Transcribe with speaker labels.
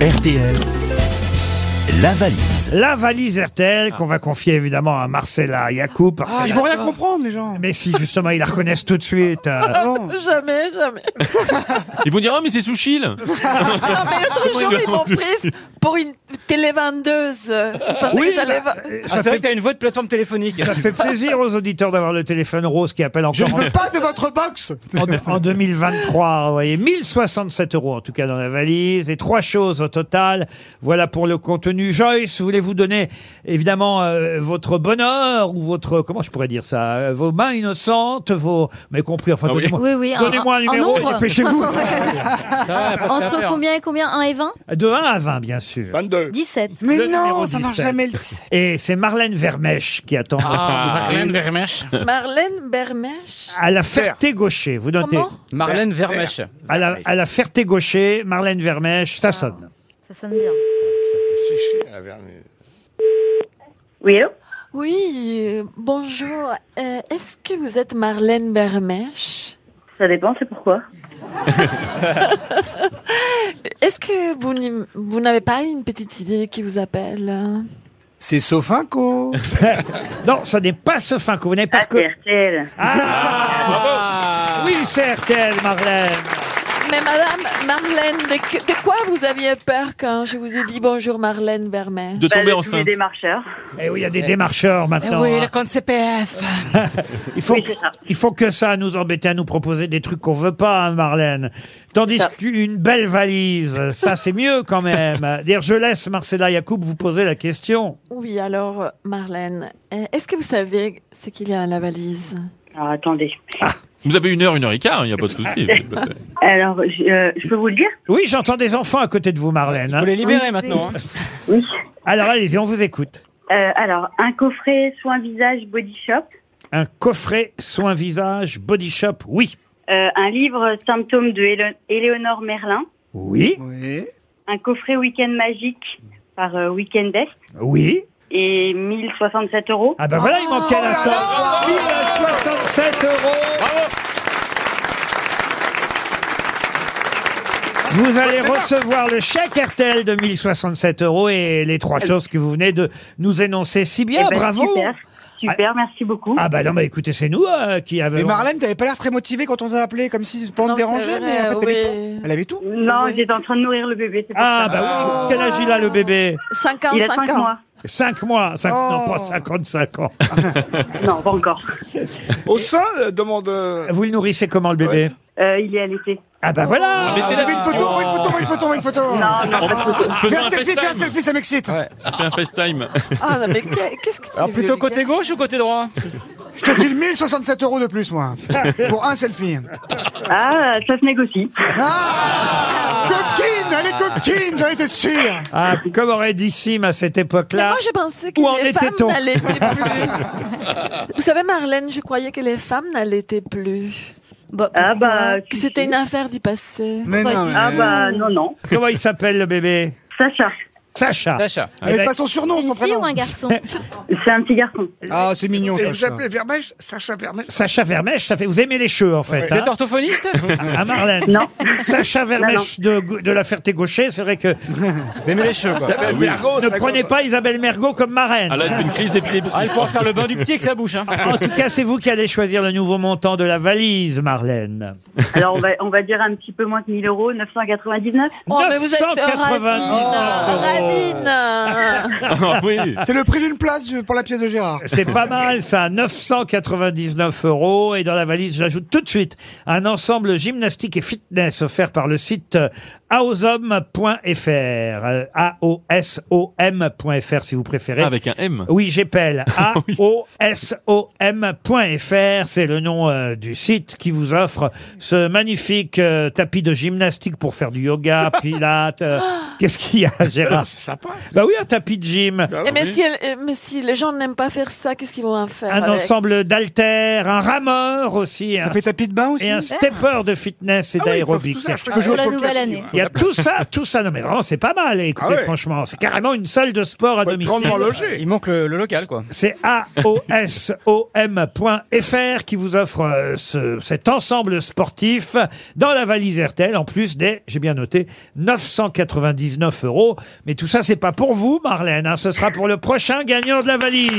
Speaker 1: RTL, la valise.
Speaker 2: La valise RTL qu'on va confier évidemment à Marcella Yacoub. Parce
Speaker 3: Ah,
Speaker 2: que-
Speaker 3: ils vont rien comprendre, les gens.
Speaker 2: Mais si justement ils la reconnaissent tout de suite. euh,
Speaker 4: Ah,
Speaker 3: Non.
Speaker 4: Jamais, jamais.
Speaker 5: Ils vont dire, oh, mais c'est Sushil
Speaker 4: Non,
Speaker 6: Ah,
Speaker 4: mais l'autre jour, ils m'ont prise Ah, pour une télévendeuse. Ils pensaient que j'allais va-
Speaker 2: euh,
Speaker 7: Ah,
Speaker 2: ça,
Speaker 7: c'est vrai
Speaker 2: fait,
Speaker 7: que t'as une voix de plateforme téléphonique.
Speaker 2: ça fait plaisir aux auditeurs d'avoir le téléphone rose qui appelle
Speaker 3: Je
Speaker 2: encore
Speaker 3: ne veux pas de votre box.
Speaker 2: en, en 2023. Vous voyez, 1067 euros en tout cas dans la valise et trois choses au total. Voilà pour le contenu. Joyce, voulez-vous donner évidemment euh, votre bonheur ou votre comment je pourrais dire ça, euh, vos mains innocentes, vos mais compris. Enfin,
Speaker 5: Ah oui.
Speaker 2: donnez-moi.
Speaker 8: Oui, oui.
Speaker 2: Donnez-moi un numéro et
Speaker 8: nombre.
Speaker 2: dépêchez-vous.
Speaker 8: Entre combien et combien 1 et 20
Speaker 2: De 1 à 20, bien sûr.
Speaker 8: 17.
Speaker 3: Mais
Speaker 2: Le numéro
Speaker 3: non, ça marche
Speaker 2: 17.
Speaker 3: jamais le 17.
Speaker 2: Et c'est Marlène Vermèche qui attend
Speaker 7: Ah,
Speaker 6: Ah.
Speaker 7: Marlène Vermèche.
Speaker 4: Marlène Bermèche.
Speaker 2: à la Ferté-Gaucher. Vous notez
Speaker 4: Comment
Speaker 7: Marlène Vermèche.
Speaker 2: à
Speaker 6: Ah
Speaker 2: la, à la Ferté-Gaucher, Marlène Vermèche, ça sonne.
Speaker 8: Ça sonne bien.
Speaker 6: Oui, allô
Speaker 4: Oui, euh, bonjour. Euh, Est-ce que vous êtes Marlène Bermèche
Speaker 6: Ça dépend, c'est pourquoi.
Speaker 4: Est-ce que vous n'y- vous n'avez pas une petite idée qui vous appelle hein
Speaker 3: C'est Sofinco.
Speaker 2: Non, ça n'est pas ce fin que vous n'avez pas
Speaker 6: Ah,
Speaker 2: reco-
Speaker 6: c'est RTL.
Speaker 7: Ah.
Speaker 2: Oui, c'est RTL, Marlène.
Speaker 4: Mais madame Marlène, de, que- de quoi vous aviez peur quand je vous ai dit bonjour Marlène Bermèche
Speaker 5: De
Speaker 6: Bah,
Speaker 5: tomber
Speaker 6: de tous les
Speaker 5: enceinte.
Speaker 6: démarcheurs.
Speaker 2: Eh oui, il y a des démarcheurs maintenant. hein.
Speaker 7: compte CPF.
Speaker 2: Il faut,
Speaker 6: Oui,
Speaker 2: que,
Speaker 6: c'est ça.
Speaker 2: il faut que ça nous embêter à nous proposer des trucs qu'on veut pas, hein, Marlène. Tandis
Speaker 6: Ça.
Speaker 2: qu'une belle valise, ça c'est mieux quand même. D'ailleurs, je laisse Marcella Yacoub vous poser la question.
Speaker 4: Oui, alors euh, Marlène, euh, est-ce que vous savez ce qu'il y a à la valise
Speaker 6: Alors, attendez.
Speaker 5: Vous avez une heure, une heure et quart, il n'y a pas de souci.
Speaker 6: Alors, je, euh, je peux vous le dire
Speaker 2: Oui, j'entends des enfants à côté de vous, Marlène. hein.
Speaker 7: Vous les libérez maintenant. hein.
Speaker 6: Oui.
Speaker 2: Alors allez-y, on vous écoute.
Speaker 6: Euh, alors, un coffret soin visage body shop,
Speaker 2: Un coffret soin visage body shop, oui.
Speaker 6: euh, un livre symptômes de Éle- Éléonore Merlin,
Speaker 2: Oui,
Speaker 3: Oui.
Speaker 6: un coffret week-end magique par euh, Weekend Best
Speaker 2: oui.
Speaker 6: et 1067 euros.
Speaker 2: Ah ben voilà, il manquait la somme. 1067 euros. Vous allez recevoir le chèque RTL de 1067 euros et les trois choses que vous venez de nous énoncer si bien.
Speaker 6: Eh ben,
Speaker 2: bravo.
Speaker 6: Super, super merci beaucoup.
Speaker 2: Ah bah non, bah écoutez, c'est nous euh, qui avons.
Speaker 3: Mais Marlène, t'avais pas l'air très motivée quand on t'a appelé, comme si pour
Speaker 4: Non,
Speaker 3: te déranger,
Speaker 4: c'est
Speaker 3: mais
Speaker 4: vrai,
Speaker 3: en fait, t'avais
Speaker 4: oui.
Speaker 3: tout. Elle avait tout.
Speaker 6: non,
Speaker 4: oui.
Speaker 6: j'étais en train de nourrir le bébé. c'est pour
Speaker 2: Ah
Speaker 6: ça.
Speaker 2: bah oui. Quel âge il a le bébé
Speaker 4: Cinq ans,
Speaker 6: Il a
Speaker 4: Ah, cinq
Speaker 6: 5
Speaker 4: ans.
Speaker 6: mois.
Speaker 2: 5 mois. cinq- Non,
Speaker 3: Oh.
Speaker 2: pas 55 ans.
Speaker 6: Non, pas encore.
Speaker 9: Au sein, euh, demande. euh,
Speaker 2: Vous le nourrissez comment le bébé
Speaker 6: Euh, il est allaité.
Speaker 2: Ah bah voilà
Speaker 3: Ah, vous avez une photo, oui, une photo, une photo, une photo.
Speaker 6: Non, non, pas de photo.
Speaker 3: Fais
Speaker 5: Faisons
Speaker 3: un selfie, fais
Speaker 5: un
Speaker 3: un
Speaker 5: FaceTime.
Speaker 3: selfie, ça m'excite.
Speaker 5: Fais un FaceTime.
Speaker 4: Ah non, mais que- qu'est-ce que tu
Speaker 7: Alors
Speaker 4: veux,
Speaker 7: plutôt
Speaker 4: le
Speaker 7: côté
Speaker 4: gars
Speaker 7: gauche ou côté droit
Speaker 3: Je te file 1067 euros de plus, moi. Pour un selfie.
Speaker 6: Ah, ça se négocie.
Speaker 3: Ah Coquine, elle est coquine, j'en étais sûr.
Speaker 2: Ah, comme aurait dit Sim à cette
Speaker 4: Mais
Speaker 2: époque-là.
Speaker 4: moi, je pensais
Speaker 2: Où en
Speaker 4: que les femmes
Speaker 2: était-on
Speaker 4: n'allaient plus. Vous savez, Marlène, je croyais que les femmes n'allaient plus.
Speaker 8: Bah,
Speaker 6: Ah bah,
Speaker 4: Que
Speaker 6: si,
Speaker 4: c'était
Speaker 6: si.
Speaker 4: une affaire du passé.
Speaker 3: Mais
Speaker 8: Pas
Speaker 3: non,
Speaker 8: du
Speaker 3: mais-
Speaker 6: Ah bah non, non.
Speaker 2: Comment il s'appelle le bébé
Speaker 6: Sacha,
Speaker 2: Sacha.
Speaker 7: Sacha.
Speaker 2: Eh
Speaker 3: Avec
Speaker 2: ben,
Speaker 3: pas son surnom, son
Speaker 8: une fille
Speaker 3: prénom.
Speaker 8: ou un garçon
Speaker 6: c'est un petit garçon.
Speaker 3: Ah, c'est mignon,
Speaker 9: Et vous
Speaker 3: Sacha.
Speaker 9: appelez Vermèche Sacha Vermèche
Speaker 2: Sacha Vermèche, ça fait vous aimez les cheveux en fait.
Speaker 7: Vous êtes
Speaker 2: hein
Speaker 7: orthophoniste
Speaker 2: Ah, Marlène.
Speaker 6: Non.
Speaker 2: Sacha Vermèche de, de la Ferté Gaucher, c'est vrai que
Speaker 7: Vous aimez les cheveux, quoi.
Speaker 9: Isabelle Mergo, ça
Speaker 2: ne prenez
Speaker 9: compte.
Speaker 2: pas Isabelle Mergot comme marraine.
Speaker 5: Ah là, elle fait une crise d'épilepsie.
Speaker 7: Ah, elle pourra faire le bain du petit avec sa bouche. Hein.
Speaker 2: En tout cas, c'est vous qui allez choisir le nouveau montant de la valise, Marlène.
Speaker 6: Alors on va, on va dire un petit peu moins que 1000 euros, 999.
Speaker 4: Oh, mais vous êtes
Speaker 2: 999
Speaker 4: radine. Radine.
Speaker 7: Oh.
Speaker 5: Ah oui.
Speaker 3: C'est le prix d'une place du- pour la pièce de Gérard.
Speaker 2: C'est pas mal, ça. 999 euros. Et dans la valise, j'ajoute tout de suite un ensemble gymnastique et fitness offert par le site euh, aosom.fr. Euh, A-O-S-O-M.fr si vous préférez.
Speaker 5: Avec un M.
Speaker 2: Oui, j'appelle A-O-S-O-M.fr. C'est le nom euh, du site qui vous offre ce magnifique euh, tapis de gymnastique pour faire du yoga, pilates. euh, Qu'est-ce qu'il y a,
Speaker 9: Ah,
Speaker 2: Gérard
Speaker 9: c'est sympa.
Speaker 2: Bah oui, un tapis de gym.
Speaker 9: Bah
Speaker 4: Eh, mais,
Speaker 9: oui.
Speaker 4: si elle- eh, mais si les gens n'aiment pas faire ça, qu'est-ce qu'ils vont en faire
Speaker 7: Ah
Speaker 2: Un
Speaker 4: avec
Speaker 2: ensemble d'haltères, un rameur aussi, un,
Speaker 3: T'as fait tapis de bain aussi
Speaker 2: et un stepper de fitness
Speaker 9: Ah oui,
Speaker 2: et
Speaker 9: ils peuvent
Speaker 2: d'aérobic.
Speaker 9: tout ça, je
Speaker 3: Tu peux
Speaker 9: crois.
Speaker 3: jouer
Speaker 8: Pour la
Speaker 3: au poker.
Speaker 8: nouvelle année.
Speaker 2: Il y a tout ça, tout ça. Non mais vraiment, c'est pas mal. eh, Écoutez,
Speaker 9: Ah ouais.
Speaker 2: franchement, c'est carrément une salle de sport à
Speaker 9: Faut être grandement
Speaker 2: domicile.
Speaker 9: logé.
Speaker 7: Il manque le, le local, quoi.
Speaker 2: C'est aosom.fr qui vous offre euh, ce- cet ensemble sportif dans la valise RTL, en plus des, j'ai bien noté, 999 999 euros. Mais tout ça, c'est pas pour vous, Marlène. hein. Ce sera pour le prochain gagnant de la valise.